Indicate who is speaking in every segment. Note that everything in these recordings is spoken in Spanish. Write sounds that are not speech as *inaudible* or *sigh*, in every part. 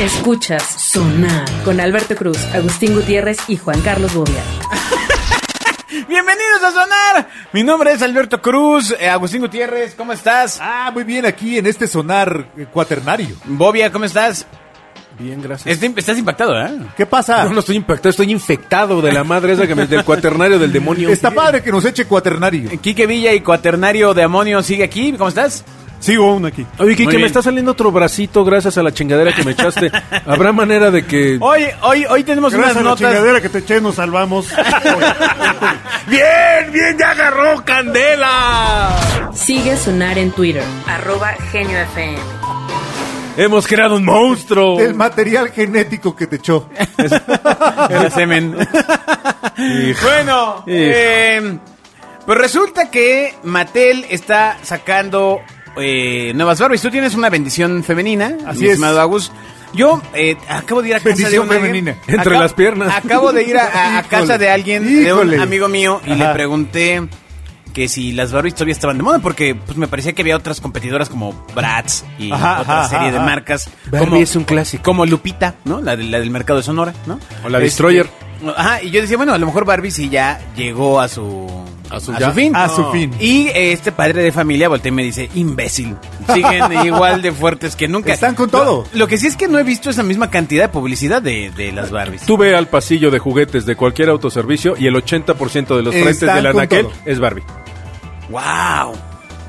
Speaker 1: Escuchas Sonar con Alberto Cruz, Agustín Gutiérrez y Juan Carlos Bobia.
Speaker 2: Bienvenidos a Sonar. Mi nombre es Alberto Cruz. Eh, Agustín Gutiérrez, ¿cómo estás?
Speaker 3: Ah, muy bien, aquí en este sonar eh, cuaternario.
Speaker 2: Bobia, ¿cómo estás?
Speaker 3: Bien, gracias.
Speaker 2: Este- estás impactado, ¿eh?
Speaker 3: ¿Qué *laughs* pasa?
Speaker 4: No, no estoy impactado, estoy infectado de la madre esa que me, del cuaternario del demonio.
Speaker 3: Está padre que nos eche cuaternario.
Speaker 2: Quique Villa y Cuaternario de Amonio sigue aquí. ¿Cómo estás?
Speaker 3: Sigo aún aquí.
Speaker 4: Oye,
Speaker 2: Muy
Speaker 4: Kike,
Speaker 2: bien.
Speaker 4: me está saliendo otro bracito gracias a la chingadera que me echaste. ¿Habrá manera de que...?
Speaker 2: Hoy, hoy, hoy tenemos
Speaker 3: Gracias a
Speaker 2: unas
Speaker 3: la
Speaker 2: notas.
Speaker 3: chingadera que te eché,
Speaker 2: *laughs*
Speaker 3: nos salvamos.
Speaker 2: Bien, bien, ya agarró Candela.
Speaker 1: Sigue a Sonar en Twitter, arroba Genio FM.
Speaker 4: Hemos creado un monstruo.
Speaker 3: El material genético que te echó. *laughs*
Speaker 2: El semen. bueno, eh, pues resulta que Mattel está sacando eh, nuevas Barbies. Tú tienes una bendición femenina,
Speaker 3: Así
Speaker 2: mi
Speaker 3: es.
Speaker 2: estimado Agus. Yo eh, acabo de ir a casa
Speaker 3: Bendición
Speaker 2: de una-
Speaker 3: femenina.
Speaker 4: Entre las piernas.
Speaker 2: Acabo de ir a, a- a casa
Speaker 3: Híjole,
Speaker 2: de alguien, de un
Speaker 3: híjole.
Speaker 2: amigo mío, y le
Speaker 3: Ajá.
Speaker 2: pregunté que si las Barbies todavía estaban de moda, porque pues me parecía que había otras competidoras como Bratz y
Speaker 3: Ajá,
Speaker 2: otra
Speaker 3: ajá,
Speaker 2: serie de
Speaker 3: ajá.
Speaker 2: marcas.
Speaker 4: Barbie
Speaker 2: como-
Speaker 4: es un clásico.
Speaker 2: Como Lupita, ¿no? La, de- la del mercado de Sonora, ¿no?
Speaker 4: O la Destroyer.
Speaker 2: Este, Ajá, y yo decía, bueno, a lo mejor Barbie sí ya llegó a su, a su,
Speaker 4: ya-
Speaker 2: fin.
Speaker 3: a su fin.
Speaker 2: Y eh, este padre de familia volteé y me dice, imbécil, siguen igual de fuertes que nunca.
Speaker 3: Están con
Speaker 2: Lo-
Speaker 3: todo.
Speaker 2: Lo, que sí es que no he visto esa misma cantidad de publicidad de, de las Barbies.
Speaker 4: Tú ve al pasillo de juguetes de cualquier autoservicio y el 80% de los frentes
Speaker 3: Están
Speaker 4: de la
Speaker 3: con
Speaker 4: Anaquel
Speaker 3: todo.
Speaker 4: es Barbie.
Speaker 2: ¡Wow!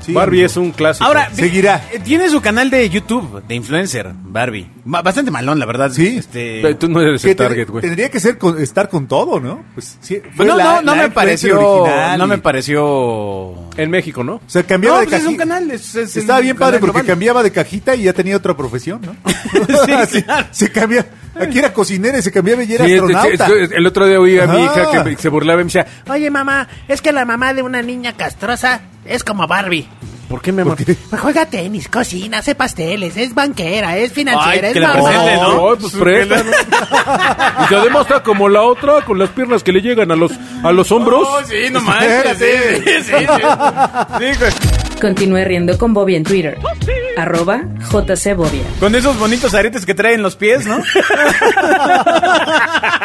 Speaker 3: Sí,
Speaker 4: Barbie
Speaker 3: amigo.
Speaker 4: es un clásico.
Speaker 2: Ahora,
Speaker 3: Seguirá.
Speaker 2: eh, tiene su canal de YouTube de influencer, Barbie. Ba- Bastante malón, la verdad.
Speaker 3: Sí.
Speaker 2: Este,
Speaker 4: Eh, Tú no eres
Speaker 3: Que
Speaker 4: el
Speaker 3: te-
Speaker 4: target, güey.
Speaker 3: Tendría que ser con- estar con todo, ¿no? Pues sí, fue
Speaker 2: no,
Speaker 3: la-
Speaker 2: no, no
Speaker 3: la
Speaker 2: me pareció.
Speaker 3: influencer original
Speaker 2: No
Speaker 3: y-
Speaker 2: me pareció.
Speaker 4: En México, ¿no?
Speaker 3: O sea, cambiaba
Speaker 2: No,
Speaker 3: de
Speaker 2: pues es
Speaker 3: cajita.
Speaker 2: un canal, es- es el
Speaker 3: Estaba bien padre
Speaker 2: canal
Speaker 3: porque
Speaker 2: global.
Speaker 3: cambiaba de cajita y ya tenía otra profesión, ¿no?
Speaker 2: *laughs*
Speaker 3: *laughs*
Speaker 2: Sí, claro.
Speaker 3: Se cambia. Aquí era cocinera y se cambiaba y era
Speaker 4: Sí, es-
Speaker 3: astronauta.
Speaker 4: es- es- el otro día oí a mi
Speaker 3: Ajá.
Speaker 4: hija que me- se burlaba y me decía,
Speaker 5: Oye, mamá, es que la mamá de una niña castrosa es como Barbie.
Speaker 4: ¿por qué, mi amor?
Speaker 3: qué?
Speaker 5: Juega tenis, cocina, hace pasteles, es banquera, es financiera,
Speaker 2: Ay,
Speaker 5: es
Speaker 2: que la
Speaker 5: mamá.
Speaker 2: presente, ¿no?
Speaker 4: Ay, pues presta, ¿no? Y que además está como la otra, con las piernas que le llegan a los, a los hombros.
Speaker 2: Oh, sí, no manches, sí, sí,
Speaker 3: Espérate.
Speaker 2: *laughs* sí, sí. Sí, con-
Speaker 1: Continúe riendo con Bobia en Twitter, arroba JC Bobia.
Speaker 2: Con esos bonitos aretes que traen los pies,
Speaker 3: *laughs*
Speaker 2: ¿no?
Speaker 3: ¿Qué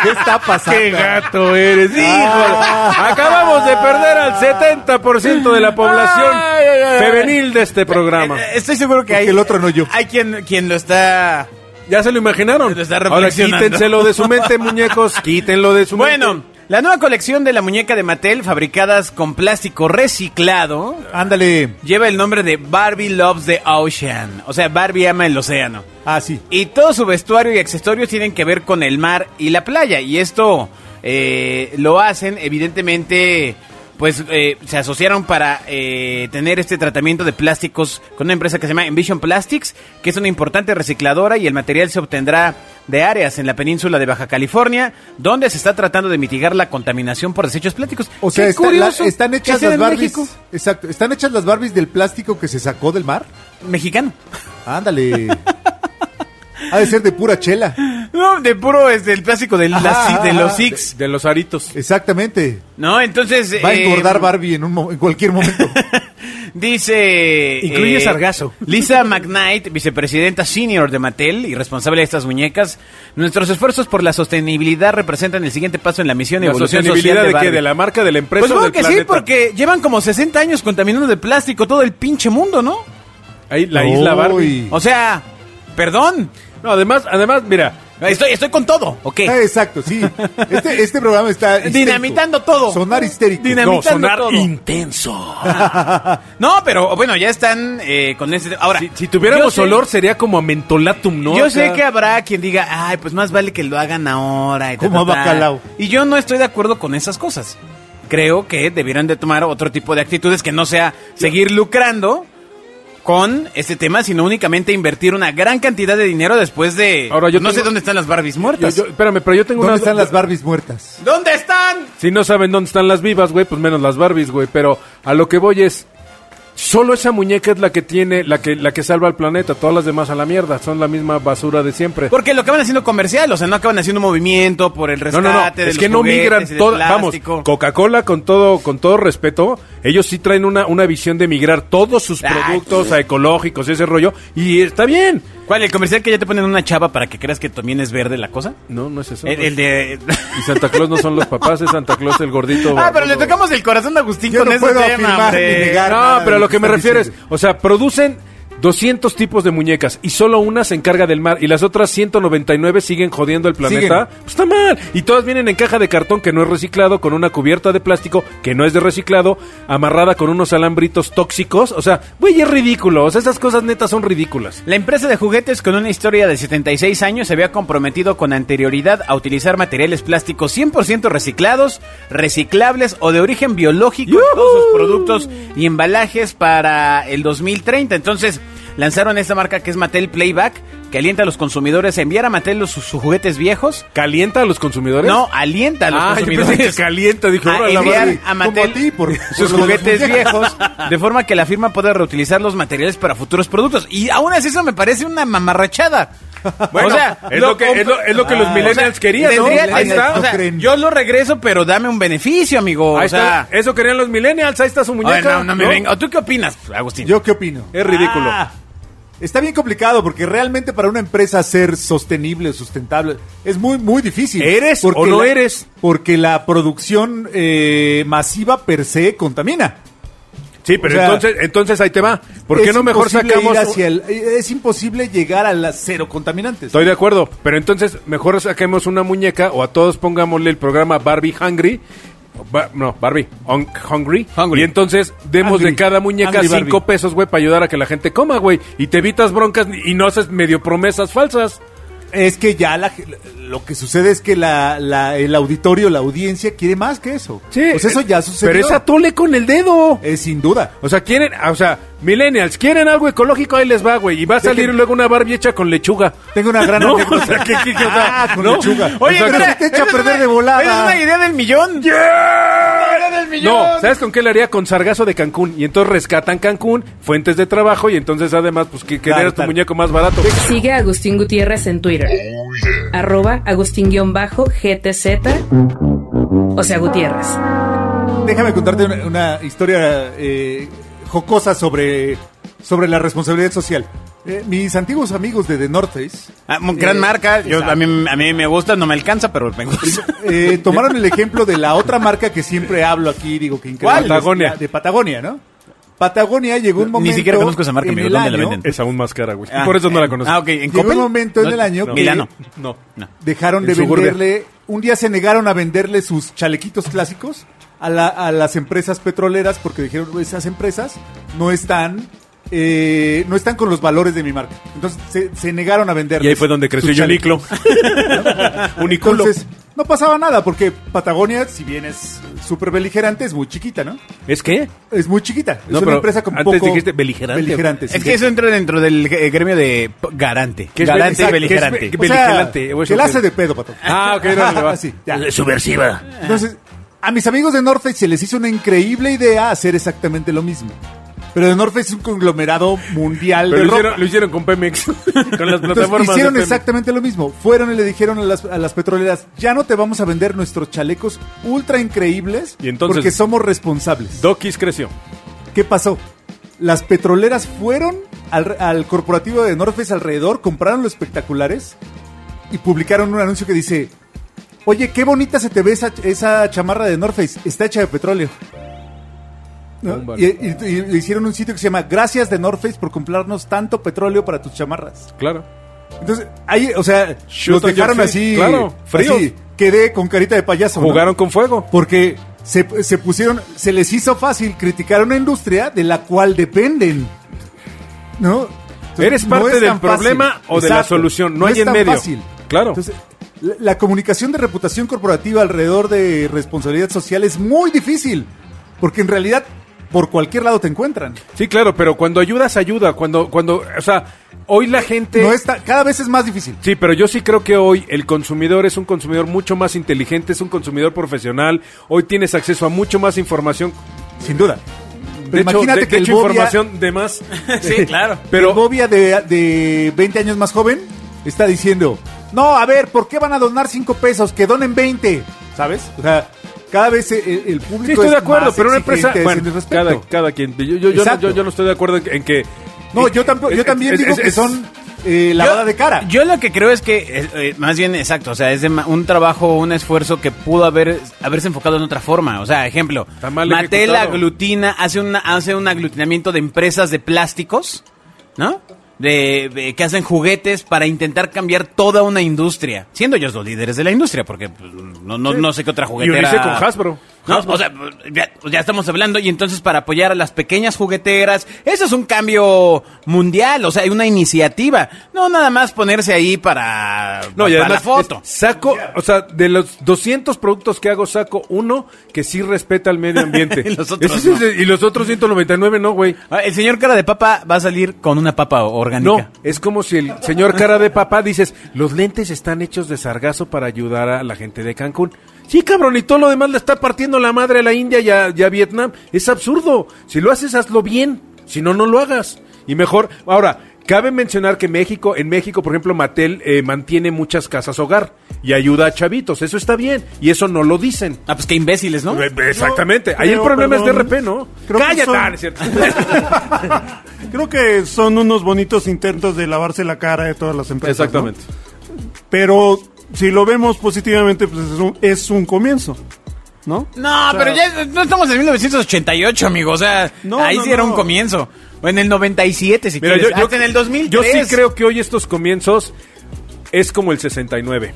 Speaker 3: está pasando?
Speaker 4: ¡Qué gato eres! ¡Híjole! Acabamos de perder al 70% de la población
Speaker 2: Ay, ay, ay.
Speaker 4: femenil de este programa.
Speaker 2: Eh, eh, Estoy seguro que
Speaker 3: Porque
Speaker 2: hay.
Speaker 3: el otro no yo.
Speaker 2: Hay quien, quien lo está.
Speaker 4: ¿Ya se lo imaginaron?
Speaker 2: Lo está
Speaker 4: Ahora
Speaker 2: reflexionando.
Speaker 4: quítenselo de
Speaker 2: *laughs*
Speaker 4: su mente, muñecos. Quítenlo de su
Speaker 2: Bueno,
Speaker 4: mente.
Speaker 2: la nueva colección de la muñeca de Mattel, fabricadas con plástico reciclado,
Speaker 3: Ándale.
Speaker 2: lleva el nombre de Barbie Loves the Ocean. O sea, Barbie ama el océano.
Speaker 3: Ah, sí.
Speaker 2: Y todo su vestuario y accesorios tienen que ver con el mar y la playa. Y esto eh, lo hacen, evidentemente, pues eh, se asociaron para eh, tener este tratamiento de plásticos con una empresa que se llama Envision Plastics, que es una importante recicladora y el material se obtendrá de áreas en la península de Baja California, donde se está tratando de mitigar la contaminación por desechos plásticos.
Speaker 3: O sea,
Speaker 2: Qué
Speaker 3: está- la-
Speaker 2: curioso
Speaker 3: están
Speaker 2: que
Speaker 3: hechas
Speaker 2: sea
Speaker 3: las
Speaker 2: en
Speaker 3: Barbies.
Speaker 2: México.
Speaker 3: Exacto. Están hechas las Barbies del plástico que se sacó del mar.
Speaker 2: Mexicano. *laughs*
Speaker 3: Ándale. ha de ser de pura chela.
Speaker 2: No, de puro, es del plástico de, las-
Speaker 3: Ajá,
Speaker 2: de los
Speaker 3: ajá.
Speaker 2: Six.
Speaker 4: Ah, De los aritos.
Speaker 3: Exactamente.
Speaker 2: No, entonces...
Speaker 3: Va a
Speaker 2: eh,
Speaker 3: engordar Barbie en, un mo- en cualquier
Speaker 2: *laughs*
Speaker 3: momento.
Speaker 2: Dice. eh,
Speaker 4: Incluye sargazo. *laughs*
Speaker 2: Lisa McKnight, vicepresidenta senior de Mattel y responsable de estas muñecas. Nuestros esfuerzos por la sostenibilidad representan el siguiente paso en la misión y
Speaker 4: ¿La
Speaker 2: evolución social
Speaker 4: sostenibilidad
Speaker 2: de,
Speaker 4: de qué?
Speaker 2: Barbie.
Speaker 4: ¿De la marca, de la empresa
Speaker 2: Pues
Speaker 4: o
Speaker 2: supongo
Speaker 4: del
Speaker 2: que sí,
Speaker 4: planeta?
Speaker 2: porque llevan como 60 años contaminando de plástico todo el pinche mundo, ¿no?
Speaker 4: Ahí, la isla Barbie.
Speaker 3: Uy.
Speaker 2: O sea, perdón.
Speaker 4: No, además, además, mira,
Speaker 2: Estoy, estoy con todo, ¿ok?
Speaker 3: Ah,
Speaker 4: Eh,
Speaker 3: exacto, sí. Este, este programa está. histérico.
Speaker 2: Dinamitando todo.
Speaker 3: Sonar histérico.
Speaker 2: Dinami-
Speaker 4: no, sonar
Speaker 2: todo.
Speaker 4: intenso.
Speaker 2: No, pero bueno, ya están eh, con ese. Ahora,
Speaker 4: si, si tuviéramos
Speaker 2: yo sé-
Speaker 4: olor sería como a mentolatum, ¿no?
Speaker 2: yo
Speaker 4: Acá.
Speaker 2: sé que habrá quien diga, ay, pues más vale que lo hagan ahora. Y ta,
Speaker 3: Como
Speaker 2: ta, ta".
Speaker 3: bacalao.
Speaker 2: Y yo no estoy de acuerdo con esas cosas. Creo que debieran de tomar otro tipo de actitudes que no sea seguir lucrando con este tema, sino únicamente invertir una gran cantidad de dinero después de...
Speaker 4: Ahora, yo
Speaker 2: no
Speaker 4: tengo-
Speaker 2: sé dónde están las Barbies
Speaker 4: Yo-
Speaker 2: muertas.
Speaker 4: yo- espérame, pero yo tengo
Speaker 3: ¿Dónde
Speaker 4: una...
Speaker 3: están las Barbies muertas?
Speaker 2: ¿Dónde están?
Speaker 4: Si no saben dónde están las vivas, güey, pues menos las Barbies, güey. Pero a lo que voy es, Solo esa muñeca es la que tiene, la que, la que salva al planeta. Todas las demás a la mierda. Son la misma basura de siempre.
Speaker 2: Porque lo acaban haciendo comercial, o sea, no acaban haciendo movimiento por el
Speaker 4: No,
Speaker 2: rescate
Speaker 4: no, no.
Speaker 2: de
Speaker 4: Es
Speaker 2: los
Speaker 4: que no
Speaker 2: juguetes
Speaker 4: migran
Speaker 2: y del
Speaker 4: todas. Vamos,
Speaker 2: plástico.
Speaker 4: Coca-Cola, con todo, con todo respeto, ellos sí traen una, una visión de migrar todos sus
Speaker 2: Ah,
Speaker 4: productos a ecológicos y ese rollo. Y está bien.
Speaker 2: ¿Cuál? ¿El comercial que ya te ponen una chava para que creas que también es verde la cosa?
Speaker 4: No, no es eso. pues.
Speaker 2: El, el de...
Speaker 4: Y Santa Claus no son los papás, es Santa Claus el gordito.
Speaker 2: ah, pero le
Speaker 4: barbudo. Eh,
Speaker 2: tocamos el corazón a Agustín
Speaker 3: Yo
Speaker 2: con
Speaker 3: no
Speaker 2: ese
Speaker 3: puedo
Speaker 2: tema,
Speaker 3: afirmar ni
Speaker 2: hombre.
Speaker 3: negar. nada
Speaker 4: No,
Speaker 3: de
Speaker 4: pero a
Speaker 3: lo
Speaker 4: lo
Speaker 3: que
Speaker 4: que me
Speaker 3: están
Speaker 4: refiero es,
Speaker 3: diciendo.
Speaker 4: o sea, producen 200 tipos de muñecas y solo una se encarga del mar y las otras 199 siguen jodiendo el planeta.
Speaker 3: Siguen.
Speaker 4: Pues está mal. Y todas vienen en caja de cartón que no es reciclado, con una cubierta de plástico que no es de reciclado, amarrada con unos alambritos tóxicos. O sea, güey, es ridículo. O sea, esas cosas netas son ridículas.
Speaker 2: La empresa de juguetes con una historia de 76 años se había comprometido con anterioridad a utilizar materiales plásticos 100% reciclados, reciclables o de origen biológico en todos sus productos y embalajes para el 2030. Entonces lanzaron esta marca que es Mattel Playback, que alienta a los consumidores a enviar a Mattel los- sus juguetes viejos.
Speaker 4: ¿Calienta a los consumidores?
Speaker 2: No, alienta a los
Speaker 4: Ah, yo pensé que
Speaker 2: consumidores. Ah,
Speaker 4: calienta, dije,
Speaker 2: a
Speaker 4: órale,
Speaker 2: enviar
Speaker 4: madre.
Speaker 2: a
Speaker 3: Como
Speaker 2: Mattel
Speaker 3: a ti, por- por
Speaker 2: sus
Speaker 3: lo de las
Speaker 2: juguetes
Speaker 3: muñecas.
Speaker 2: viejos,
Speaker 4: *laughs*
Speaker 2: de forma que la firma pueda reutilizar los materiales para futuros productos. Y aún así eso me parece una mamarrachada.
Speaker 4: Bueno, es lo que- es lo- es lo que los millennials querían, ¿no?
Speaker 2: Ah, tendría-
Speaker 4: Ahí está.
Speaker 2: o sea,
Speaker 3: No creen.
Speaker 2: yo lo regreso, pero dame un beneficio, amigo.
Speaker 4: Ahí
Speaker 2: o sea,
Speaker 4: está. Eso querían los millennials. Ahí está su
Speaker 2: Oye,
Speaker 4: muñeca.
Speaker 2: no, no me venga. ¿Tú qué opinas, Agustín?
Speaker 3: *laughs* ¿Yo qué opino?
Speaker 4: Es ridículo.
Speaker 2: Ah,
Speaker 3: Está bien complicado porque realmente para una empresa ser sostenible, sustentable, es muy, muy difícil.
Speaker 4: ¿Eres
Speaker 3: Porque
Speaker 4: o no
Speaker 3: la-
Speaker 4: eres?
Speaker 3: Porque la producción eh, masiva per se contamina.
Speaker 4: Sí, pero
Speaker 3: O sea,
Speaker 4: entonces, entonces ahí te va. ¿Por qué
Speaker 3: Es
Speaker 4: no mejor
Speaker 3: imposible
Speaker 4: sacamos
Speaker 3: ir hacia el- eh, es imposible llegar a las cero contaminantes.
Speaker 4: Estoy de acuerdo, pero entonces mejor saquemos una muñeca o a todos pongámosle el programa Barbie Hungry. Ba- no, Barbie Hung- Hungry.
Speaker 2: Hungry.
Speaker 4: Y entonces demos
Speaker 3: Hungry.
Speaker 4: de cada muñeca
Speaker 3: Hungry Barbie.
Speaker 4: cinco pesos, güey, para ayudar a que la gente coma, güey. Y te evitas broncas y no haces medio promesas falsas.
Speaker 3: Es que ya la- lo que sucede es que la, la- el auditorio, la audiencia quiere más que eso. pues eso ya sucedió.
Speaker 4: eh, Pero es atole con el dedo.
Speaker 3: Eh, sin duda.
Speaker 4: O sea, quieren, ah, o sea, millennials, quieren algo ecológico, ahí les va, güey. Y va a
Speaker 3: Dejen-
Speaker 4: salir luego una Barbie hecha con lechuga.
Speaker 3: Tengo
Speaker 4: *laughs*
Speaker 3: una gran
Speaker 4: No,
Speaker 3: anécdota.
Speaker 4: o sea, ¿qué- qué- qué- o sea,
Speaker 3: Ah, con
Speaker 4: no?
Speaker 3: lechuga.
Speaker 4: Oye,
Speaker 3: Pero
Speaker 4: mira,
Speaker 3: sí te echa
Speaker 2: esa
Speaker 3: a
Speaker 2: es
Speaker 3: perder
Speaker 2: una-
Speaker 3: de volada.
Speaker 2: esa Es una idea del millón. Una idea del millón.
Speaker 4: No, ¿sabes con qué le haría? Con sargazo de Cancún. Y entonces rescatan Cancún, fuentes de trabajo, y entonces además, pues que
Speaker 3: Claro,
Speaker 4: generas tu
Speaker 3: claro.
Speaker 4: muñeco más barato.
Speaker 1: Sigue a Agustín Gutiérrez en Twitter. Arroba Agustín-GTZ. O sea, Gutiérrez.
Speaker 3: Déjame contarte una, una historia eh, jocosa sobre, sobre la responsabilidad social. Eh, mis antiguos amigos de The North Face
Speaker 2: Ah, gran
Speaker 3: Eh,
Speaker 2: marca. Yo, a, mí, a mí me gusta, no me alcanza, pero me gusta. *laughs*
Speaker 3: eh, tomaron el ejemplo de la otra marca que siempre hablo aquí, digo que increíble.
Speaker 4: ¿Cuál? Patagonia.
Speaker 3: De Patagonia, ¿no? Patagonia llegó un
Speaker 2: Ni
Speaker 3: momento.
Speaker 2: siquiera conozco esa marca,
Speaker 3: en
Speaker 2: amigo,
Speaker 3: el
Speaker 2: ¿dónde la
Speaker 3: año-
Speaker 2: venden?
Speaker 4: Es aún más cara, güey.
Speaker 2: Ah,
Speaker 4: Por eso no la
Speaker 2: eh,
Speaker 4: conozco.
Speaker 2: Ah, ok. ¿En
Speaker 3: Llegó un
Speaker 2: Coppel?
Speaker 3: momento en el año que-
Speaker 2: Milano.
Speaker 4: No, no.
Speaker 3: Dejaron
Speaker 4: En
Speaker 3: de
Speaker 4: Suburbia.
Speaker 3: venderle. Un día se negaron a venderle sus chalequitos clásicos a, la- a las empresas petroleras porque dijeron esas empresas no están eh, no están con los valores de mi marca. Entonces se, se negaron a venderle.
Speaker 4: Y ahí fue donde creció Yoniclo. *laughs* Uniculo.
Speaker 3: Entonces no pasaba nada porque Patagonia, si bien es súper beligerante, es muy chiquita, ¿no?
Speaker 4: ¿Es qué?
Speaker 3: Es muy chiquita. Es
Speaker 4: No,
Speaker 3: una
Speaker 4: pero
Speaker 3: empresa con
Speaker 4: antes
Speaker 3: poco
Speaker 4: dijiste beligerante.
Speaker 3: beligerante, sí.
Speaker 2: Es que eso entra dentro del eh, gremio de p- garante.
Speaker 4: ¿Qué es
Speaker 2: garante y
Speaker 4: exacto,
Speaker 2: beligerante.
Speaker 4: qué es
Speaker 3: O sea,
Speaker 4: beligerante, o eso
Speaker 3: que la
Speaker 4: que-
Speaker 3: hace de pedo, pato.
Speaker 4: Ah, ok,
Speaker 3: *laughs*
Speaker 4: no, no, no.
Speaker 3: Así, ya.
Speaker 5: Subversiva.
Speaker 3: Entonces, a mis amigos de North Face se les hizo una increíble idea hacer exactamente lo mismo. Pero de North Face es un conglomerado mundial
Speaker 4: Pero
Speaker 3: de
Speaker 4: lo
Speaker 3: ropa.
Speaker 4: hicieron, lo hicieron con Pemex. con las
Speaker 3: Entonces,
Speaker 4: plataformas. de
Speaker 3: hicieron
Speaker 4: Pemex.
Speaker 3: exactamente lo mismo. Fueron y le dijeron a las, a las petroleras, ya no te vamos a vender nuestros chalecos ultra increíbles
Speaker 4: Y entonces-
Speaker 3: porque somos responsables.
Speaker 4: Dokis creció.
Speaker 3: ¿Qué pasó? Las petroleras fueron al, al corporativo de North Face alrededor, compraron los espectaculares y publicaron un anuncio que dice: Oye, qué bonita se te ve esa, esa chamarra de North Face, está hecha de petróleo. ¿No?
Speaker 4: Bómbalo.
Speaker 3: Y, y- y le hicieron un sitio que se llama Gracias de North Face por comprarnos tanto petróleo para tus chamarras.
Speaker 4: Claro.
Speaker 3: Entonces, ahí, o sea,
Speaker 4: Shoot
Speaker 3: los
Speaker 4: on your
Speaker 3: dejaron
Speaker 4: feet,
Speaker 3: así,
Speaker 4: claro, fríos.
Speaker 3: así, Quedé con carita de payaso. ¿no?
Speaker 4: Jugaron con fuego.
Speaker 3: Porque se, se pusieron, se les hizo fácil criticar a una industria de la cual dependen. ¿No? Entonces,
Speaker 4: ¿Eres parte
Speaker 3: es
Speaker 4: del
Speaker 3: tan fácil.
Speaker 4: problema o de la solución? No hay
Speaker 3: es
Speaker 4: en
Speaker 3: tan
Speaker 4: medio. Claro.
Speaker 3: Entonces, la, la comunicación de reputación corporativa alrededor de responsabilidad social es muy difícil. Porque en realidad, por cualquier lado te encuentran.
Speaker 4: Sí, claro, pero cuando ayudas, ayuda. Cuando, cuando, o sea, hoy la gente.
Speaker 3: No está, cada vez es más difícil.
Speaker 4: Sí, pero yo sí creo que hoy el consumidor es un consumidor mucho más inteligente, es un consumidor profesional. Hoy tienes acceso a mucho más información
Speaker 3: Sin duda.
Speaker 4: De hecho,
Speaker 3: imagínate
Speaker 4: de- de
Speaker 3: que el
Speaker 4: hecho,
Speaker 3: Bobia-
Speaker 4: información de más.
Speaker 2: *laughs* Sí, claro.
Speaker 3: Pero
Speaker 4: Pero
Speaker 3: Bobia de, de 20 años más joven está diciendo, no, a ver, ¿por qué van a donar 5 pesos? Que donen 20, ¿sabes? O sea, cada vez el, el público...
Speaker 4: Sí, estoy
Speaker 3: es
Speaker 4: de acuerdo,
Speaker 3: más
Speaker 4: pero una
Speaker 3: exigente
Speaker 4: empresa.
Speaker 3: en
Speaker 4: Bueno,
Speaker 3: el respecto.
Speaker 4: cada, cada quien. Yo, yo, yo, no,
Speaker 3: Exacto.
Speaker 4: yo- yo no estoy de acuerdo en que. en que-
Speaker 3: No, yo, tampoco, yo
Speaker 4: es-
Speaker 3: también
Speaker 4: es-
Speaker 3: digo
Speaker 4: es-
Speaker 3: que
Speaker 4: es-
Speaker 3: son eh, lavada de cara.
Speaker 2: Yo lo que creo es que, eh, eh, más bien, exacto, o sea, es de ma- un trabajo, un esfuerzo que pudo haber haberse enfocado en otra forma. O sea, ejemplo,
Speaker 4: Está mal
Speaker 2: Mattel
Speaker 4: ejecutado.
Speaker 2: aglutina, hace, una, hace un aglutinamiento de empresas de plásticos, ¿no? De, de- que hacen juguetes para intentar cambiar toda una industria, siendo ellos los líderes de la industria, porque pues, no, no, no sé qué otra juguetera.
Speaker 4: unirse con Hasbro.
Speaker 2: No,
Speaker 4: Hasbro.
Speaker 2: o sea, ya, ya estamos hablando y entonces para apoyar a las pequeñas jugueteras, eso es un cambio mundial, o sea, hay una iniciativa, no nada más ponerse ahí para,
Speaker 4: No, y
Speaker 2: para
Speaker 4: además
Speaker 2: la foto.
Speaker 4: es- saco, o sea, de los 200 productos que hago, saco uno que sí respeta al medio ambiente.
Speaker 2: *laughs* Y los otros
Speaker 4: Ese es-
Speaker 2: no.
Speaker 4: y los otros 199 no, güey.
Speaker 2: Ah, El señor cara de papa va a salir con una papa orgánica.
Speaker 4: No, es como si el señor cara de papá dices, los lentes están hechos de sargazo para ayudar a la gente de Cancún. Sí, cabrón, y todo lo demás le está partiendo la madre a la India y a, y a Vietnam. Es absurdo. Si lo haces, hazlo bien. Si no, no lo hagas. Y mejor, ahora, cabe mencionar que México, en México, por ejemplo, Mattel eh, mantiene muchas casas hogar y ayuda a chavitos. Eso está bien. Y eso no lo dicen.
Speaker 2: Ah, pues qué imbéciles, ¿no?
Speaker 4: Eh, Exactamente.
Speaker 6: Yo
Speaker 4: Ahí el
Speaker 6: creo,
Speaker 4: problema es
Speaker 6: perdón.
Speaker 4: DRP, ¿no?
Speaker 6: Creo que
Speaker 4: Cállate.
Speaker 6: son-
Speaker 4: Ah, no es
Speaker 6: *laughs*
Speaker 4: cierto.
Speaker 6: Creo que son unos bonitos intentos de lavarse la cara de todas las empresas. ¿no?
Speaker 4: Exactamente.
Speaker 6: Pero si lo vemos positivamente, pues es un, es un comienzo, ¿no?
Speaker 2: No,
Speaker 6: O sea,
Speaker 2: pero ya no estamos en 1988, amigo, o sea,
Speaker 6: No,
Speaker 2: ahí
Speaker 6: no,
Speaker 2: sí era un
Speaker 6: no.
Speaker 2: comienzo. O en el 97, si
Speaker 4: Mira,
Speaker 2: quieres.
Speaker 4: yo, yo-
Speaker 2: Hasta en el 2003.
Speaker 4: Yo sí creo que hoy estos comienzos es como el 69.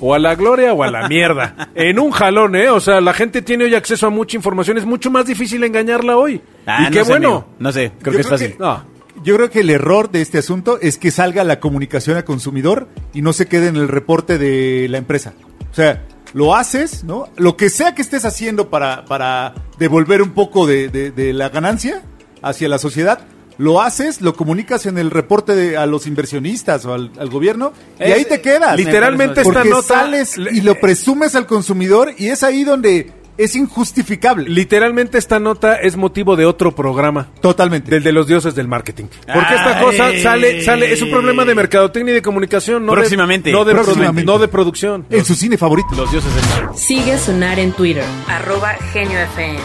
Speaker 4: O a la gloria o a
Speaker 2: *laughs*
Speaker 4: la mierda. En un jalón, ¿eh? O sea, la gente tiene hoy acceso a mucha información. Es mucho más difícil engañarla hoy.
Speaker 2: Ah,
Speaker 4: y
Speaker 2: no
Speaker 4: qué
Speaker 2: sé,
Speaker 4: bueno.
Speaker 2: amigo, no sé, creo
Speaker 3: Yo
Speaker 2: que es
Speaker 3: creo
Speaker 2: fácil.
Speaker 3: que- Yo creo que el error de este asunto es que salga la comunicación al consumidor y no se quede en el reporte de la empresa. O sea, lo haces, ¿no? Lo que sea que estés haciendo para, para devolver un poco de, de- de la ganancia hacia la sociedad, lo haces, lo comunicas en el reporte de- a los inversionistas o al, al gobierno y
Speaker 2: Es-
Speaker 3: ahí te quedas.
Speaker 4: Literalmente
Speaker 3: Porque
Speaker 4: esta nota...
Speaker 3: sales y lo presumes al consumidor y es ahí donde es injustificable.
Speaker 4: Literalmente esta nota es motivo de otro programa.
Speaker 3: Totalmente.
Speaker 4: Del de los dioses del marketing. Porque esta
Speaker 2: Ay.
Speaker 4: cosa sale, sale, es un problema de mercadotecnia y de comunicación, no de-
Speaker 2: Próximamente.
Speaker 4: no de, produ-
Speaker 3: Próximamente.
Speaker 4: no de producción.
Speaker 3: en su cine favorito.
Speaker 2: Los dioses del mar.
Speaker 1: Sigue a Sonar en Twitter, arroba Genio FM.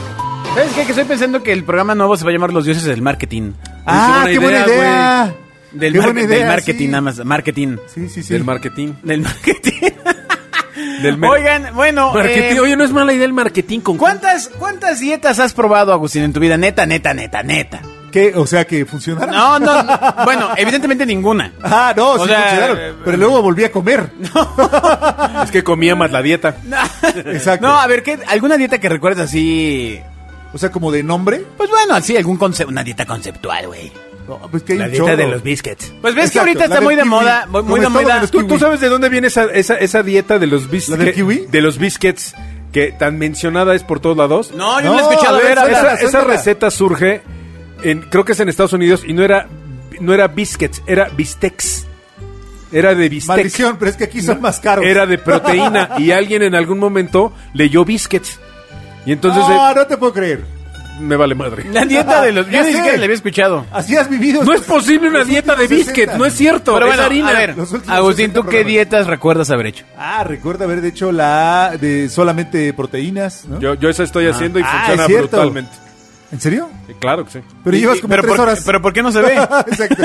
Speaker 2: ¿Sabes qué? Que estoy pensando que el programa nuevo se va a llamar Los Dioses del Marketing.
Speaker 3: Ah,
Speaker 2: Es
Speaker 3: qué buena idea.
Speaker 2: güey. Del,
Speaker 3: Qué
Speaker 2: mar-
Speaker 3: buena
Speaker 2: del
Speaker 3: idea,
Speaker 2: marketing,
Speaker 3: sí.
Speaker 2: nada más. Marketing.
Speaker 3: Sí, sí, sí.
Speaker 4: Del marketing.
Speaker 2: Del marketing.
Speaker 4: *laughs* Del mer-
Speaker 2: Oigan, bueno.
Speaker 4: Marketing.
Speaker 2: eh,
Speaker 4: Oye, no es mala idea el marketing con
Speaker 2: ¿cuántas, ¿Cuántas dietas has probado, Agustín, en tu vida? Neta, neta, neta, neta.
Speaker 3: ¿Qué? O sea, que funcionara.
Speaker 2: No, no. no. bueno, evidentemente ninguna.
Speaker 3: *laughs* Ah, no,
Speaker 2: O
Speaker 3: sí
Speaker 2: sea,
Speaker 3: funcionaron.
Speaker 2: eh,
Speaker 3: pero luego volví a comer.
Speaker 4: *laughs* Es que comía más la dieta.
Speaker 3: Exacto.
Speaker 2: No, a ver, ¿qué, ¿alguna dieta que recuerdes así?
Speaker 3: O sea, como de nombre.
Speaker 2: Pues bueno, así, algún conce- una dieta conceptual, güey.
Speaker 3: No, pues que hay
Speaker 6: La
Speaker 3: un
Speaker 6: dieta
Speaker 3: chorro.
Speaker 6: de los biscuits.
Speaker 2: Pues ves que
Speaker 3: Exacto,
Speaker 2: ahorita
Speaker 3: la
Speaker 2: está
Speaker 3: del
Speaker 2: muy de
Speaker 3: kiwi.
Speaker 2: moda, muy- muy
Speaker 3: Comes
Speaker 2: de
Speaker 3: todo
Speaker 2: moda.
Speaker 3: menos
Speaker 4: ¿Tú, tú
Speaker 3: kiwi.
Speaker 4: sabes de dónde viene esa, esa, esa dieta de los biscuits?
Speaker 3: ¿La del kiwi?
Speaker 4: De los biscuits que tan mencionada es por todos lados.
Speaker 2: No, yo no, la
Speaker 3: No,
Speaker 2: he escuchado.
Speaker 3: a
Speaker 2: A
Speaker 3: ver,
Speaker 2: ver, a ver.
Speaker 4: esa,
Speaker 3: suéltala,
Speaker 4: esa
Speaker 3: suéltala.
Speaker 4: receta surge en, creo que es en Estados Unidos y no era, no era biscuits, era bistecs. Era de bistec.
Speaker 3: Maldición, pero es que aquí son más caros.
Speaker 4: Era de proteína y alguien en algún momento leyó biscuits. Y entonces
Speaker 3: no,
Speaker 4: eh,
Speaker 3: no te puedo creer.
Speaker 4: me
Speaker 2: *laughs*
Speaker 4: vale madre.
Speaker 2: La dieta de los... Yo
Speaker 3: Ya
Speaker 2: ni
Speaker 3: sé.
Speaker 2: siquiera la había escuchado.
Speaker 3: Así has vivido.
Speaker 4: No es posible una
Speaker 3: Los
Speaker 4: dieta de
Speaker 3: últimos
Speaker 4: biscuits,
Speaker 3: 60.
Speaker 4: no es cierto.
Speaker 2: Pero
Speaker 4: es
Speaker 2: bueno,
Speaker 4: harina.
Speaker 2: a ver,
Speaker 3: Los últimos
Speaker 2: Agustín,
Speaker 3: 60
Speaker 2: ¿tú qué
Speaker 3: programas.
Speaker 2: dietas recuerdas haber hecho?
Speaker 3: Ah, recuerdo haber hecho la de solamente proteínas, ¿no?
Speaker 4: Yo, yo eso estoy haciendo y
Speaker 3: Ah,
Speaker 4: funciona
Speaker 3: es cierto.
Speaker 4: brutalmente.
Speaker 3: ¿En serio?
Speaker 4: Sí, claro que sí.
Speaker 3: Pero
Speaker 2: Y-
Speaker 3: llevas
Speaker 2: y-
Speaker 3: como tres
Speaker 2: por,
Speaker 3: horas.
Speaker 2: ¿Pero por qué no se ve?
Speaker 3: *laughs* Exacto.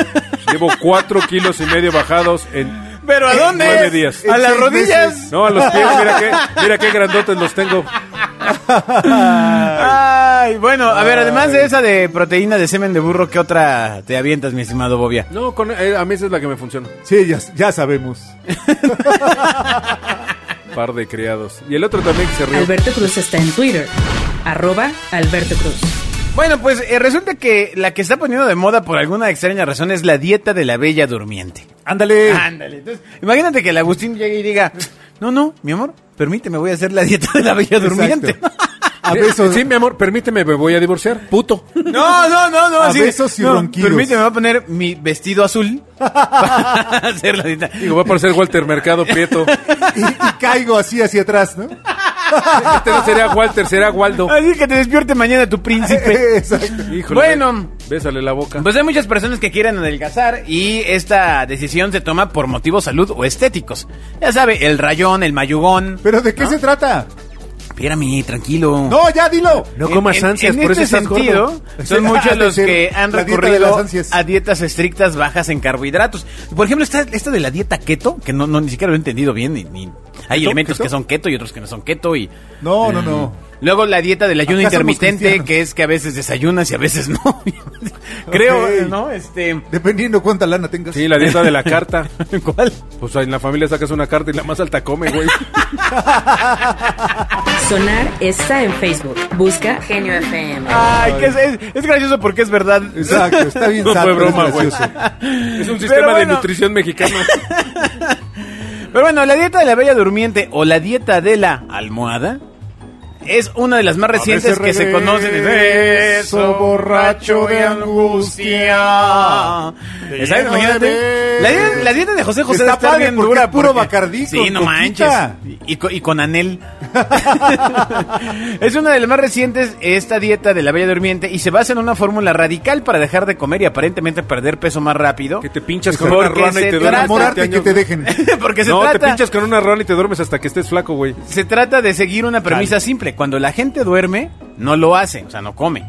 Speaker 4: Llevo cuatro kilos y medio bajados en
Speaker 2: ¿Pero a dónde?
Speaker 4: nueve días.
Speaker 2: ¿A las
Speaker 3: seis
Speaker 2: rodillas?
Speaker 3: meses.
Speaker 4: No, a los pies, mira qué, mira qué grandotes los tengo.
Speaker 2: Ay, bueno, a ver, además de esa de proteína de semen de burro, ¿qué otra te avientas, mi estimado Bobia?
Speaker 4: No, con, eh, a mí esa es la que me funciona.
Speaker 3: Sí, ya, ya sabemos.
Speaker 4: Par de criados. Y el otro también que se rió.
Speaker 1: Alberto Cruz está en Twitter, arroba Alberto Cruz.
Speaker 2: Bueno, pues eh, resulta que la que está poniendo de moda por alguna extraña razón es la dieta de la bella durmiente.
Speaker 3: Ándale.
Speaker 2: Ándale. Entonces, imagínate que el Agustín llegue y diga, no, no, mi amor, permíteme, voy a hacer la dieta de la bella
Speaker 3: Exacto.
Speaker 2: durmiente.
Speaker 3: A besos.
Speaker 4: Sí, mi amor, permíteme, me voy a divorciar. Puto.
Speaker 2: *laughs* No, no, no, no.
Speaker 3: A
Speaker 2: así-
Speaker 3: besos y
Speaker 2: no,
Speaker 3: ronquidos.
Speaker 2: Permíteme, voy a poner mi vestido azul *laughs* para hacer la dieta.
Speaker 4: Digo, va a parecer Walter Mercado Prieto.
Speaker 3: y, y caigo así hacia atrás, ¿no?
Speaker 4: Este no sería Walter, será
Speaker 2: *laughs*
Speaker 4: Waldo.
Speaker 2: Así que te despierte mañana tu príncipe.
Speaker 3: *laughs* Exacto.
Speaker 4: Híjole,
Speaker 2: Bueno.
Speaker 4: Bésale la boca.
Speaker 2: *laughs* Pues hay muchas personas que quieren adelgazar y esta decisión se toma por motivos salud o estéticos. Ya sabe, el rayón, el mayugón.
Speaker 3: ¿Pero de qué se trata?
Speaker 2: Espérame, tranquilo.
Speaker 3: No, ya dilo.
Speaker 4: No comas
Speaker 2: En- en-
Speaker 4: ansias,
Speaker 2: en
Speaker 4: por
Speaker 2: este
Speaker 4: eso estás
Speaker 2: sentido,
Speaker 4: gordo.
Speaker 3: *laughs*
Speaker 2: son muchos los
Speaker 3: Sí,
Speaker 2: que han
Speaker 3: la dieta de las
Speaker 2: recurrido
Speaker 3: ansias.
Speaker 2: a dietas estrictas bajas en carbohidratos. Por ejemplo, está esta de la dieta keto, que no, no ni siquiera lo he entendido bien. ni- ni- hay
Speaker 3: ¿Keto?
Speaker 2: elementos
Speaker 3: ¿Keto?
Speaker 2: que son keto y otros que no son keto y...
Speaker 3: No, no, no.
Speaker 2: Luego la dieta del ayuno
Speaker 3: Acá somos
Speaker 2: intermitente,
Speaker 3: cristianos.
Speaker 2: que es que a veces desayunas y a veces no. *laughs* Creo,
Speaker 3: Ok.
Speaker 2: ¿no? Este...
Speaker 3: Dependiendo cuánta lana tengas.
Speaker 4: Eh. Sí, la dieta de la carta.
Speaker 2: ¿Cuál?
Speaker 4: Pues en la familia sacas una carta y la más alta come, güey.
Speaker 1: Sonar está en Facebook. Busca Genio FM.
Speaker 2: Ay, que es, es- es gracioso porque es verdad.
Speaker 3: Exacto, está bien
Speaker 4: *laughs* No
Speaker 3: sad,
Speaker 4: fue
Speaker 3: pero es
Speaker 4: broma, güey.
Speaker 3: gracioso.
Speaker 4: Es
Speaker 2: Pero
Speaker 4: un sistema de
Speaker 2: bueno.
Speaker 4: nutrición mexicano.
Speaker 2: *laughs* Pero bueno, la dieta de la bella durmiente o la dieta de la almohada es una de las más recientes que se conocen.
Speaker 6: regreso, borracho de
Speaker 3: Ah,
Speaker 2: angustia. ¿Sabes?
Speaker 6: lleno de
Speaker 2: Imagínate. La, dieta- la dieta de José José
Speaker 3: Está
Speaker 2: debe estar
Speaker 3: padre
Speaker 2: bien
Speaker 3: porque
Speaker 2: dura.
Speaker 3: es puro Bacardí
Speaker 2: Sí,
Speaker 3: con
Speaker 2: no
Speaker 3: coquita.
Speaker 2: manches. Y, co- y con Anel. *laughs* es una de las más recientes esta dieta de la bella durmiente y se basa en una fórmula radical para dejar de comer y aparentemente perder peso más rápido.
Speaker 4: Que te pinchas con
Speaker 2: Porque
Speaker 4: una ruana
Speaker 2: se
Speaker 4: y te este duermes.
Speaker 2: trata-
Speaker 3: Enamorarte y que te dejen.
Speaker 2: *laughs*
Speaker 4: *laughs*
Speaker 2: Porque se
Speaker 4: no,
Speaker 2: trata...
Speaker 4: te pinchas con una ruana y te duermes hasta que estés flaco, güey.
Speaker 2: Se trata de seguir una premisa simple. Cuando la gente duerme, no lo hace, o sea, no come.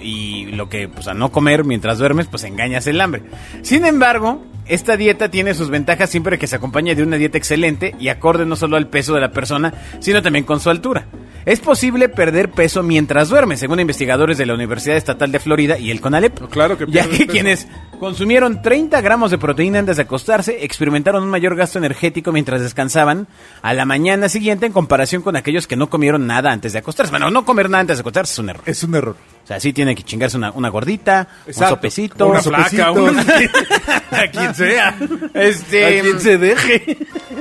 Speaker 2: Y lo que, pues a no comer mientras duermes, pues engañas el hambre. Sin embargo, esta dieta tiene sus ventajas siempre que se acompaña de una dieta excelente y acorde no solo al peso de la persona, sino también con su altura. Es posible perder peso mientras duerme, según investigadores de la Universidad Estatal de Florida y el CONALEP.
Speaker 4: No, claro que
Speaker 2: Ya
Speaker 4: pierdes
Speaker 2: que
Speaker 4: peso.
Speaker 2: quienes consumieron 30 gramos de proteína antes de acostarse experimentaron un mayor gasto energético mientras descansaban a la mañana siguiente en comparación con aquellos que no comieron nada antes de acostarse. Bueno, no comer nada antes de acostarse es un error.
Speaker 3: Es un error.
Speaker 2: O sea, sí tiene que chingarse una, una gordita, un
Speaker 3: Exacto.
Speaker 2: sopecito.
Speaker 3: Una
Speaker 2: sope-
Speaker 3: flaca, *laughs*
Speaker 2: *laughs* a quien sea. Este,
Speaker 4: A quien se
Speaker 2: deje.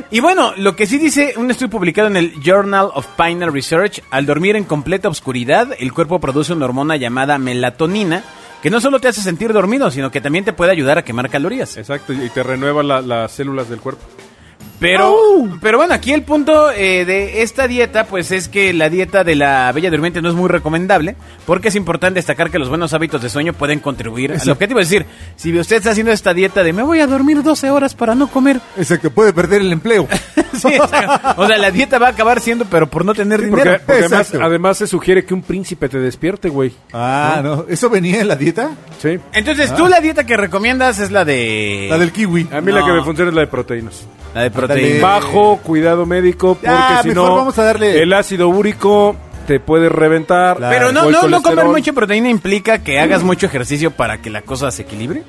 Speaker 2: Y bueno, lo que sí dice un estudio publicado en el Journal of Piner Research, al dormir en completa oscuridad, el cuerpo produce una hormona llamada melatonina, que no solo te hace sentir dormido, sino que también te puede ayudar a quemar calorías.
Speaker 4: Exacto, y te renueva la- las células del cuerpo.
Speaker 2: Pero, pero bueno, aquí el punto eh, de esta dieta, pues es que la dieta de la bella durmiente no es muy recomendable, porque es importante destacar que los buenos hábitos de sueño pueden contribuir al objetivo. Es decir, si usted está haciendo esta dieta de me voy a dormir 12 horas para no comer,
Speaker 3: Exacto, puede perder el
Speaker 4: *laughs*
Speaker 3: empleo.
Speaker 2: Sí, exacto. o sea, la dieta va a acabar siendo, pero por no tener dinero.
Speaker 4: Porque, porque además,
Speaker 3: Exacto.
Speaker 4: además se sugiere que un príncipe te despierte, güey.
Speaker 3: Ah, no. ¿Eso venía en la dieta?
Speaker 4: Sí.
Speaker 2: Entonces, tú la dieta que recomiendas es la de...
Speaker 3: La del kiwi.
Speaker 4: Eh. A mí la
Speaker 2: No.
Speaker 4: que me funciona es la de proteínas.
Speaker 2: La de
Speaker 3: Eh.
Speaker 2: proteína.
Speaker 3: Ándale.
Speaker 4: Bajo cuidado médico, porque
Speaker 3: Ya,
Speaker 4: si
Speaker 3: mejor
Speaker 4: no,
Speaker 3: vamos a darle-
Speaker 4: el ácido úrico te puede reventar.
Speaker 3: Claro.
Speaker 2: Pero no,
Speaker 4: O el
Speaker 2: no, no comer
Speaker 4: colesterol.
Speaker 2: mucha proteína implica que hagas mucho ejercicio para que la cosa se equilibre.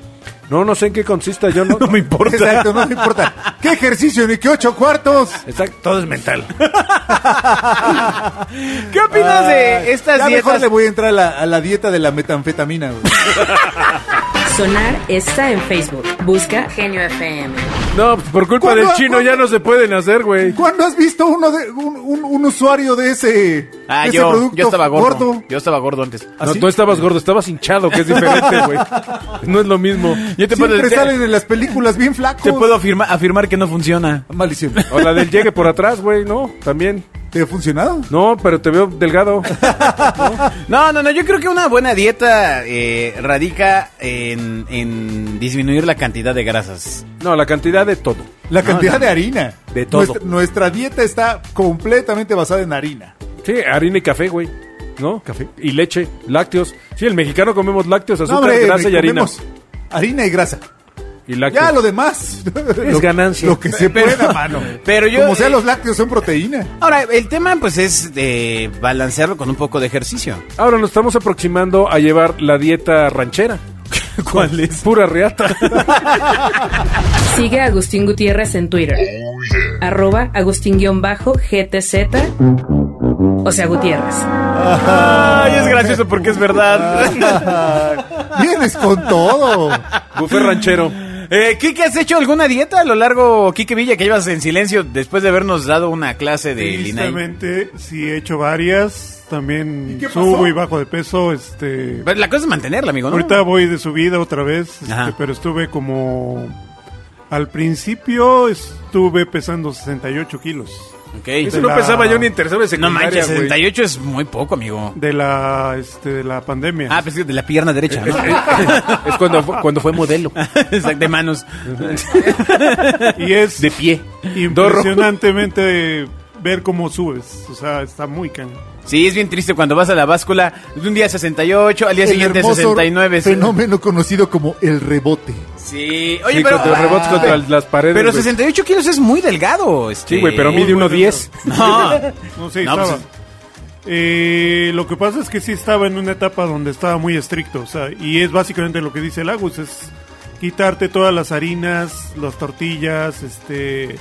Speaker 4: No, no sé en qué consista, yo no.
Speaker 2: me *laughs* importa.
Speaker 3: Exacto, no me importa. ¿Qué ejercicio ni qué ocho cuartos?
Speaker 4: Exacto, todo es mental.
Speaker 2: *laughs* ¿Qué opinas de estas
Speaker 3: ya
Speaker 2: dietas?
Speaker 3: mejor le voy a entrar a la, a la dieta de la metanfetamina, güey.
Speaker 1: Sonar está en Facebook. Busca Genio FM.
Speaker 4: No, pues por culpa
Speaker 3: ¿Cuándo-
Speaker 4: del chino
Speaker 3: cuándo-
Speaker 4: ya no se pueden hacer, güey.
Speaker 3: *laughs* ¿Cuándo has visto uno de, un, un- un usuario de ese,
Speaker 2: Ah,
Speaker 3: de ese
Speaker 2: yo,
Speaker 3: producto
Speaker 2: yo estaba gordo. Yo estaba gordo antes.
Speaker 4: No,
Speaker 3: ¿Así?
Speaker 4: tú estabas gordo, estabas hinchado, que es diferente, güey. No es lo mismo.
Speaker 2: Yo te puedo,
Speaker 3: Siempre
Speaker 2: te-
Speaker 3: salen en las películas bien flacos.
Speaker 2: te puedo afirma- afirmar que no funciona.
Speaker 3: Maldición.
Speaker 4: O la del llegue por atrás, güey, no, también.
Speaker 3: ¿Te ha funcionado?
Speaker 4: No, pero te veo delgado.
Speaker 2: No, no, no, yo creo que una buena dieta eh, radica en, en disminuir la cantidad de grasas.
Speaker 4: No, la cantidad de todo.
Speaker 3: La cantidad de harina.
Speaker 2: De todo.
Speaker 3: Nuestra, nuestra dieta está completamente basada en harina.
Speaker 4: Sí, harina y café, güey. ¿No? Café. Y leche, lácteos. Sí, el mexicano comemos lácteos, azúcar,
Speaker 3: hombre,
Speaker 4: grasa y harina.
Speaker 3: comemos harina y grasa.
Speaker 4: Y lácteos.
Speaker 3: Ya lo demás.
Speaker 4: Es
Speaker 3: lo-
Speaker 4: ganancia.
Speaker 3: Lo que se
Speaker 2: Pero-
Speaker 3: pueda, mano.
Speaker 2: pero yo-
Speaker 3: Como sea,
Speaker 2: eh,
Speaker 3: los lácteos son proteína.
Speaker 2: Ahora, el tema pues es eh, balancearlo con un poco de ejercicio.
Speaker 4: Ahora nos estamos aproximando a llevar la dieta ranchera. ¿Cuál es? Pura reata.
Speaker 1: Sigue a Agustín Gutiérrez en Twitter. Arroba Agustín-GTZ. O sea, Gutiérrez.
Speaker 2: Ay, es gracioso porque es verdad.
Speaker 3: Vienes con todo.
Speaker 4: *laughs* Buffet ranchero.
Speaker 2: eh, Kike, ¿has hecho alguna dieta a lo largo, Kike Villa, que llevas en silencio después de habernos dado una clase de Linaí?
Speaker 6: Tristemente, sí he hecho varias. También
Speaker 3: qué pasó?
Speaker 6: subo y bajo de peso. Este,
Speaker 2: Pero Pues, La cosa es mantenerla, amigo, ¿no?
Speaker 6: Ahorita voy de subida otra vez. este,
Speaker 2: Ajá.
Speaker 6: pero estuve como... Al principio estuve pesando 68 kilos.
Speaker 2: Ok.
Speaker 4: Eso
Speaker 6: De
Speaker 4: no
Speaker 6: la-
Speaker 4: pensaba yo ni en tercero de
Speaker 2: No
Speaker 4: secundaria,
Speaker 2: manches,
Speaker 4: güey.
Speaker 2: 68 es muy poco, amigo.
Speaker 6: de la, este, de la pandemia.
Speaker 2: Ah, pues de la pierna
Speaker 4: *laughs*
Speaker 2: derecha, ¿no?
Speaker 4: Es cuando, fu- cuando fue modelo.
Speaker 2: *laughs* Exacto, de manos.
Speaker 6: y es
Speaker 4: De pie. Dorro.
Speaker 6: impresionantemente ver cómo subes. O sea, está muy cañón.
Speaker 2: Sí, es bien triste cuando vas a la báscula de un día 68, al día
Speaker 3: El
Speaker 2: siguiente
Speaker 3: hermoso
Speaker 2: 69.
Speaker 3: Fenómeno conocido como el rebote.
Speaker 2: Sí, oye,
Speaker 4: Sí,
Speaker 2: pero. Ah,
Speaker 4: contra los rebotes, contra las paredes,
Speaker 2: Pero
Speaker 4: güey.
Speaker 2: 68 kilos es muy delgado. Este.
Speaker 4: Sí, güey, pero mide
Speaker 6: Muy bueno.
Speaker 4: 1.10.
Speaker 2: *laughs* No.
Speaker 6: No sé,
Speaker 2: No, pues-
Speaker 6: estaba. Eh, lo que pasa es que sí estaba en una etapa donde estaba muy estricto, o sea, y es básicamente lo que dice Lagus, es quitarte todas las harinas, las tortillas, este,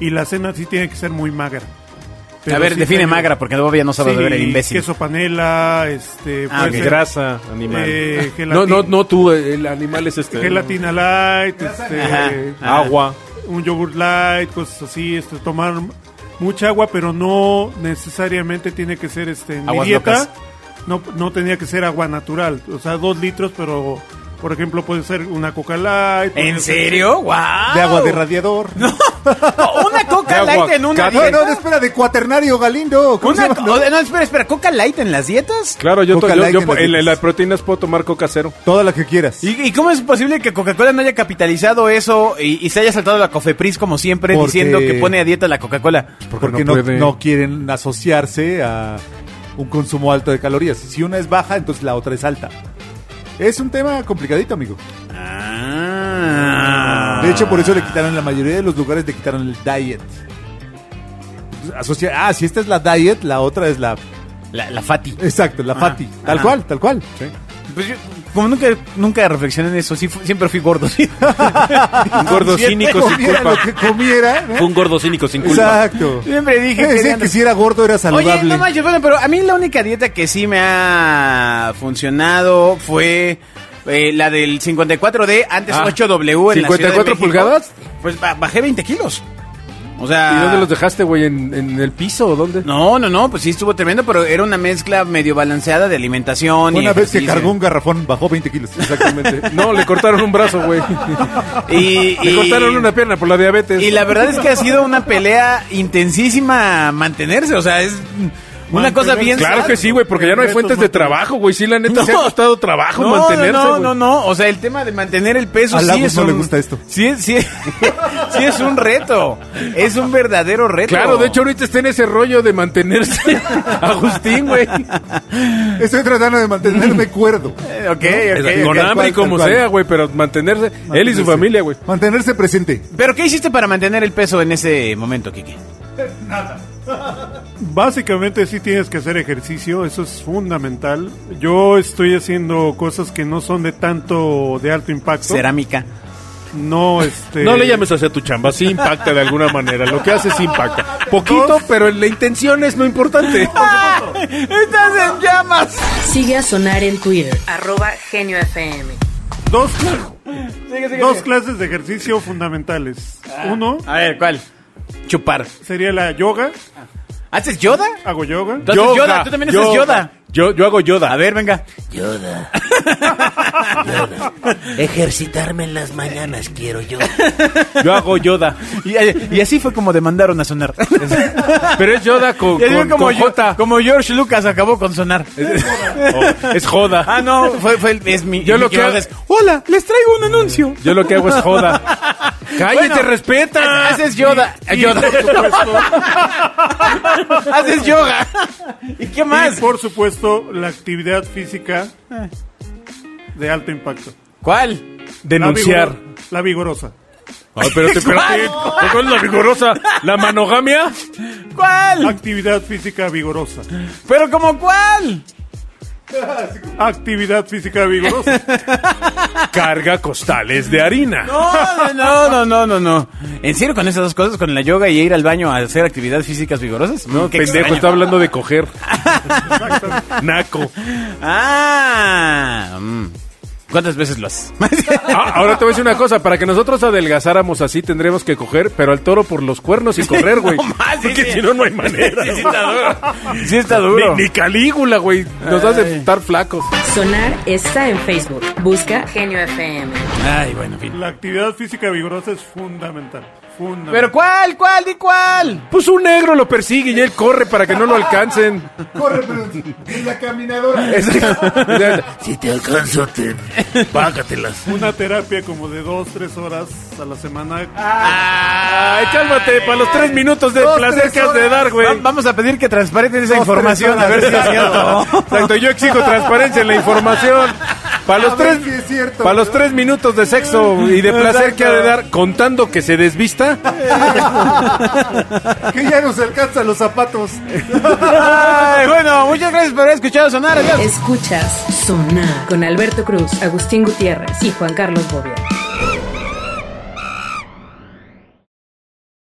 Speaker 6: y la cena sí tiene que ser muy magra.
Speaker 2: A
Speaker 6: Pero
Speaker 2: ver,
Speaker 6: sí
Speaker 2: define
Speaker 6: te ayuda.
Speaker 2: magra, porque todavía no sabe
Speaker 6: Sí,
Speaker 2: ver el imbécil.
Speaker 6: Queso panela, este,
Speaker 2: Ah,
Speaker 6: puede
Speaker 2: ok.
Speaker 6: ser,
Speaker 4: Grasa animal.
Speaker 6: eh,
Speaker 4: no,
Speaker 6: gelatina,
Speaker 4: no, no tú, el animal es este.
Speaker 6: gelatina light, este,
Speaker 2: Ajá.
Speaker 4: Agua.
Speaker 6: un yogurt light, cosas así, este, tomar mucha agua, pero no necesariamente tiene que ser este, en mi
Speaker 2: Aguas
Speaker 6: dieta.
Speaker 2: locas.
Speaker 6: No, no tenía que ser agua natural, o sea, dos litros, pero por ejemplo puede ser una coca light.
Speaker 4: Eh.
Speaker 6: puede
Speaker 2: ¿En
Speaker 6: ser-
Speaker 2: serio? ¡Wow!
Speaker 3: De agua
Speaker 2: *laughs*
Speaker 3: de radiador. Ah, No,
Speaker 2: Una coca
Speaker 4: De
Speaker 2: light
Speaker 4: agua-
Speaker 2: en una
Speaker 4: cada-
Speaker 2: dieta.
Speaker 3: no, no, espera, de cuaternario Galindo. ¿Cómo se
Speaker 2: Una
Speaker 3: llama?
Speaker 2: co- no, espera, espera, coca light en las dietas.
Speaker 4: Claro, yo,
Speaker 3: Coca
Speaker 4: to- yo-
Speaker 3: light
Speaker 4: yo
Speaker 3: en
Speaker 4: po-
Speaker 3: las
Speaker 4: en, la-
Speaker 3: dietas.
Speaker 4: en las proteínas puedo tomar coca cero.
Speaker 3: Toda la que quieras.
Speaker 2: ¿Y, y cómo es posible que Coca-Cola no haya capitalizado eso y, y se haya saltado la Cofepris como siempre
Speaker 3: Porque-
Speaker 2: diciendo que pone a dieta la Coca-Cola?
Speaker 4: Porque
Speaker 3: porque
Speaker 4: no
Speaker 3: no,
Speaker 4: puede.
Speaker 3: no quieren asociarse a un consumo alto de calorías. Si una es baja, entonces la otra es alta. Es un tema complicadito, amigo.
Speaker 2: Ah.
Speaker 3: De hecho, por eso le quitaron, en la mayoría de los lugares le quitaron el diet. Entonces, Asocia, ah, si esta es la diet, la otra es la...
Speaker 2: La, la Fati.
Speaker 3: Exacto, la
Speaker 2: Ajá,
Speaker 3: fatty. Tal
Speaker 2: ajá.
Speaker 3: cual, tal cual.
Speaker 2: Pues yo, como nunca, nunca reflexioné en eso, sí, fu- siempre fui gordo. *laughs* sí.
Speaker 4: Un gordo cínico sin
Speaker 3: Comiera
Speaker 4: culpa.
Speaker 3: lo que comiera. ¿no?
Speaker 4: Fue un gordo cínico sin culpa.
Speaker 3: Exacto.
Speaker 2: Siempre dije que
Speaker 3: Decía
Speaker 2: eran-
Speaker 3: que si era gordo era saludable.
Speaker 2: Oye, no manches, bueno, pero a mí la única dieta que sí me ha funcionado fue eh, la del 54D, antes
Speaker 4: Ah,
Speaker 2: 8W en la Ciudad de
Speaker 4: 54
Speaker 2: México.
Speaker 4: pulgadas?
Speaker 2: Pues ba- bajé 20 kilos. O sea...
Speaker 4: ¿Y dónde los dejaste, güey? ¿En, en el piso o dónde?
Speaker 2: Ah. No, no, no, pues sí estuvo tremendo, pero era una mezcla medio balanceada de alimentación y
Speaker 3: Una vez que
Speaker 2: ejercicio.
Speaker 3: cargó un garrafón, bajó 20 kilos.
Speaker 4: Exactamente. *laughs* No, le cortaron un brazo, güey.
Speaker 2: *laughs* Y,
Speaker 4: *laughs* Le
Speaker 2: y-
Speaker 4: cortaron una pierna por la diabetes.
Speaker 2: Y la verdad es que ha sido una pelea intensísima mantenerse, o sea, es una cosa bien...
Speaker 4: Claro
Speaker 2: sad.
Speaker 4: que sí, güey, porque ya no hay
Speaker 6: Retos
Speaker 4: fuentes de
Speaker 6: mantener.
Speaker 4: trabajo, güey. Sí, la neta, se ha
Speaker 2: No.
Speaker 4: costado trabajo
Speaker 2: No,
Speaker 4: mantenerse,
Speaker 2: No, no,
Speaker 4: güey.
Speaker 2: no, no. O sea, el tema de mantener el peso
Speaker 3: A
Speaker 2: sí
Speaker 3: Lagos
Speaker 2: es
Speaker 3: no
Speaker 2: un,
Speaker 3: le gusta esto.
Speaker 2: Sí, es- sí, es- *laughs* sí es un reto. Es un verdadero reto.
Speaker 4: Claro, de hecho ahorita está en ese rollo
Speaker 2: *laughs*
Speaker 4: de mantenerse Agustín, güey.
Speaker 3: Estoy tratando de mantenerme cuerdo.
Speaker 2: Eh, Ok, ok,
Speaker 4: Con
Speaker 2: ok.
Speaker 3: tal
Speaker 4: hambre y
Speaker 3: cual,
Speaker 4: como
Speaker 3: tal cual.
Speaker 4: sea, güey, pero mantenerse, él y su
Speaker 3: Mantenerse.
Speaker 4: familia, güey.
Speaker 3: Mantenerse presente.
Speaker 2: Pero ¿qué hiciste para mantener el peso en ese momento, Kike?
Speaker 6: Básicamente sí tienes que hacer ejercicio, eso es fundamental. Yo estoy haciendo cosas que no son de tanto, de alto impacto.
Speaker 2: Cerámica.
Speaker 6: No, este...
Speaker 4: No le llames hacia tu chamba, sí impacta de alguna manera. Lo que haces sí impacta. Poquito, pero la intención es lo importante.
Speaker 2: ¡Estás en llamas!
Speaker 1: Sigue a sonar en Twitter, arroba Genio FM.
Speaker 4: *laughs*
Speaker 6: Dos, cla- dos clases de ejercicio fundamentales.
Speaker 4: Ah.
Speaker 6: Uno
Speaker 2: A ver, ¿cuál? Chupar.
Speaker 6: sería la yoga,
Speaker 2: ¿Haces yoda?
Speaker 6: hago yoga.
Speaker 2: Tú haces yoda, tú también haces yoda.
Speaker 4: Yo, yo hago yoda.
Speaker 2: A ver, venga.
Speaker 5: Yoda. *laughs* Yoda. Ejercitarme en las mañanas quiero yo.
Speaker 4: Yo hago yoda.
Speaker 2: *laughs* Y, y así fue como demandaron a sonar.
Speaker 4: Pero es yoda
Speaker 2: *laughs*
Speaker 4: con,
Speaker 2: Y así
Speaker 4: con,
Speaker 2: fue como,
Speaker 4: con
Speaker 2: yo-
Speaker 4: jota.
Speaker 2: como George Lucas acabó con sonar.
Speaker 4: Oh, es joda.
Speaker 2: Ah, no, fue, fue el- es mi.
Speaker 4: Yo
Speaker 2: mi
Speaker 4: lo que
Speaker 2: yoda
Speaker 4: hago-
Speaker 2: es, Hola, les traigo un anuncio.
Speaker 4: *laughs* Yo lo que hago es
Speaker 2: *laughs*
Speaker 4: joda. Cállate,
Speaker 2: Bueno,
Speaker 4: respeta.
Speaker 2: Haces yoda. yoda. *laughs* haces
Speaker 4: *laughs*
Speaker 2: yoga. ¿Y qué más?
Speaker 6: Y por supuesto, la actividad física de alto impacto.
Speaker 2: ¿Cuál?
Speaker 6: La,
Speaker 4: Denunciar.
Speaker 6: vigor- la vigorosa.
Speaker 4: Ay, pero te pero
Speaker 2: ¿Cuál?
Speaker 4: te- ¿Cuál es la vigorosa? ¿La manogamia?
Speaker 2: ¿Cuál?
Speaker 6: Actividad física vigorosa.
Speaker 4: Ah,
Speaker 2: ¿Pero como cuál?
Speaker 6: Actividad física vigorosa.
Speaker 4: Carga costales de harina.
Speaker 2: No, no, no, no, no, no. ¿En serio con esas dos cosas? ¿Con la yoga y ir al baño a hacer actividades físicas vigorosas? No, qué
Speaker 4: Pendejo,
Speaker 2: extraño.
Speaker 4: está hablando de coger. Naco.
Speaker 2: Ah. mm. ¿Cuántas veces lo
Speaker 4: *laughs*
Speaker 2: haces?
Speaker 4: Ah, ahora te voy a decir una cosa, para que nosotros adelgazáramos así tendremos que coger, pero al toro por los cuernos y correr, *laughs* güey.
Speaker 2: No más, sí,
Speaker 4: Porque
Speaker 2: sí.
Speaker 4: si no, no hay manera.
Speaker 2: Sí, sí está duro. Sí está duro.
Speaker 4: Ni, ni Calígula, güey. Nos hace estar flacos.
Speaker 1: Sonar está en Facebook. Busca Genio FM.
Speaker 2: Ay, bueno, en fin.
Speaker 6: la actividad física vigorosa es fundamental. Funda.
Speaker 2: ¿Pero cuál, cuál, di cuál?
Speaker 4: Pues un negro lo persigue y él corre para que no lo *laughs* alcancen.
Speaker 3: Corre, pero en la caminadora.
Speaker 4: Es-
Speaker 5: Si te alcanzo, te... págatelas.
Speaker 6: Una terapia como de dos, tres horas a la semana.
Speaker 2: Ah.
Speaker 4: Ay, cálmate, para los tres minutos de
Speaker 3: Dos,
Speaker 4: placer
Speaker 3: tres
Speaker 4: que has de
Speaker 3: horas.
Speaker 4: dar, güey.
Speaker 2: Va- vamos a pedir que transparenten esa
Speaker 3: Dos,
Speaker 2: información
Speaker 3: tres
Speaker 2: a ver si es
Speaker 3: horas.
Speaker 4: *laughs*
Speaker 2: cierto.
Speaker 4: Exacto, yo exijo transparencia en la información. Para los,
Speaker 3: A ver
Speaker 4: tres,
Speaker 3: si es cierto.
Speaker 4: para los tres minutos de sexo y de placer que ha de dar, contando que se desvista.
Speaker 3: Que ya nos alcanzan los zapatos.
Speaker 2: Ay, bueno, muchas gracias por haber escuchado sonar. Adiós.
Speaker 1: Escuchas Sonar con Alberto Cruz, Agustín Gutiérrez y Juan Carlos Bobia.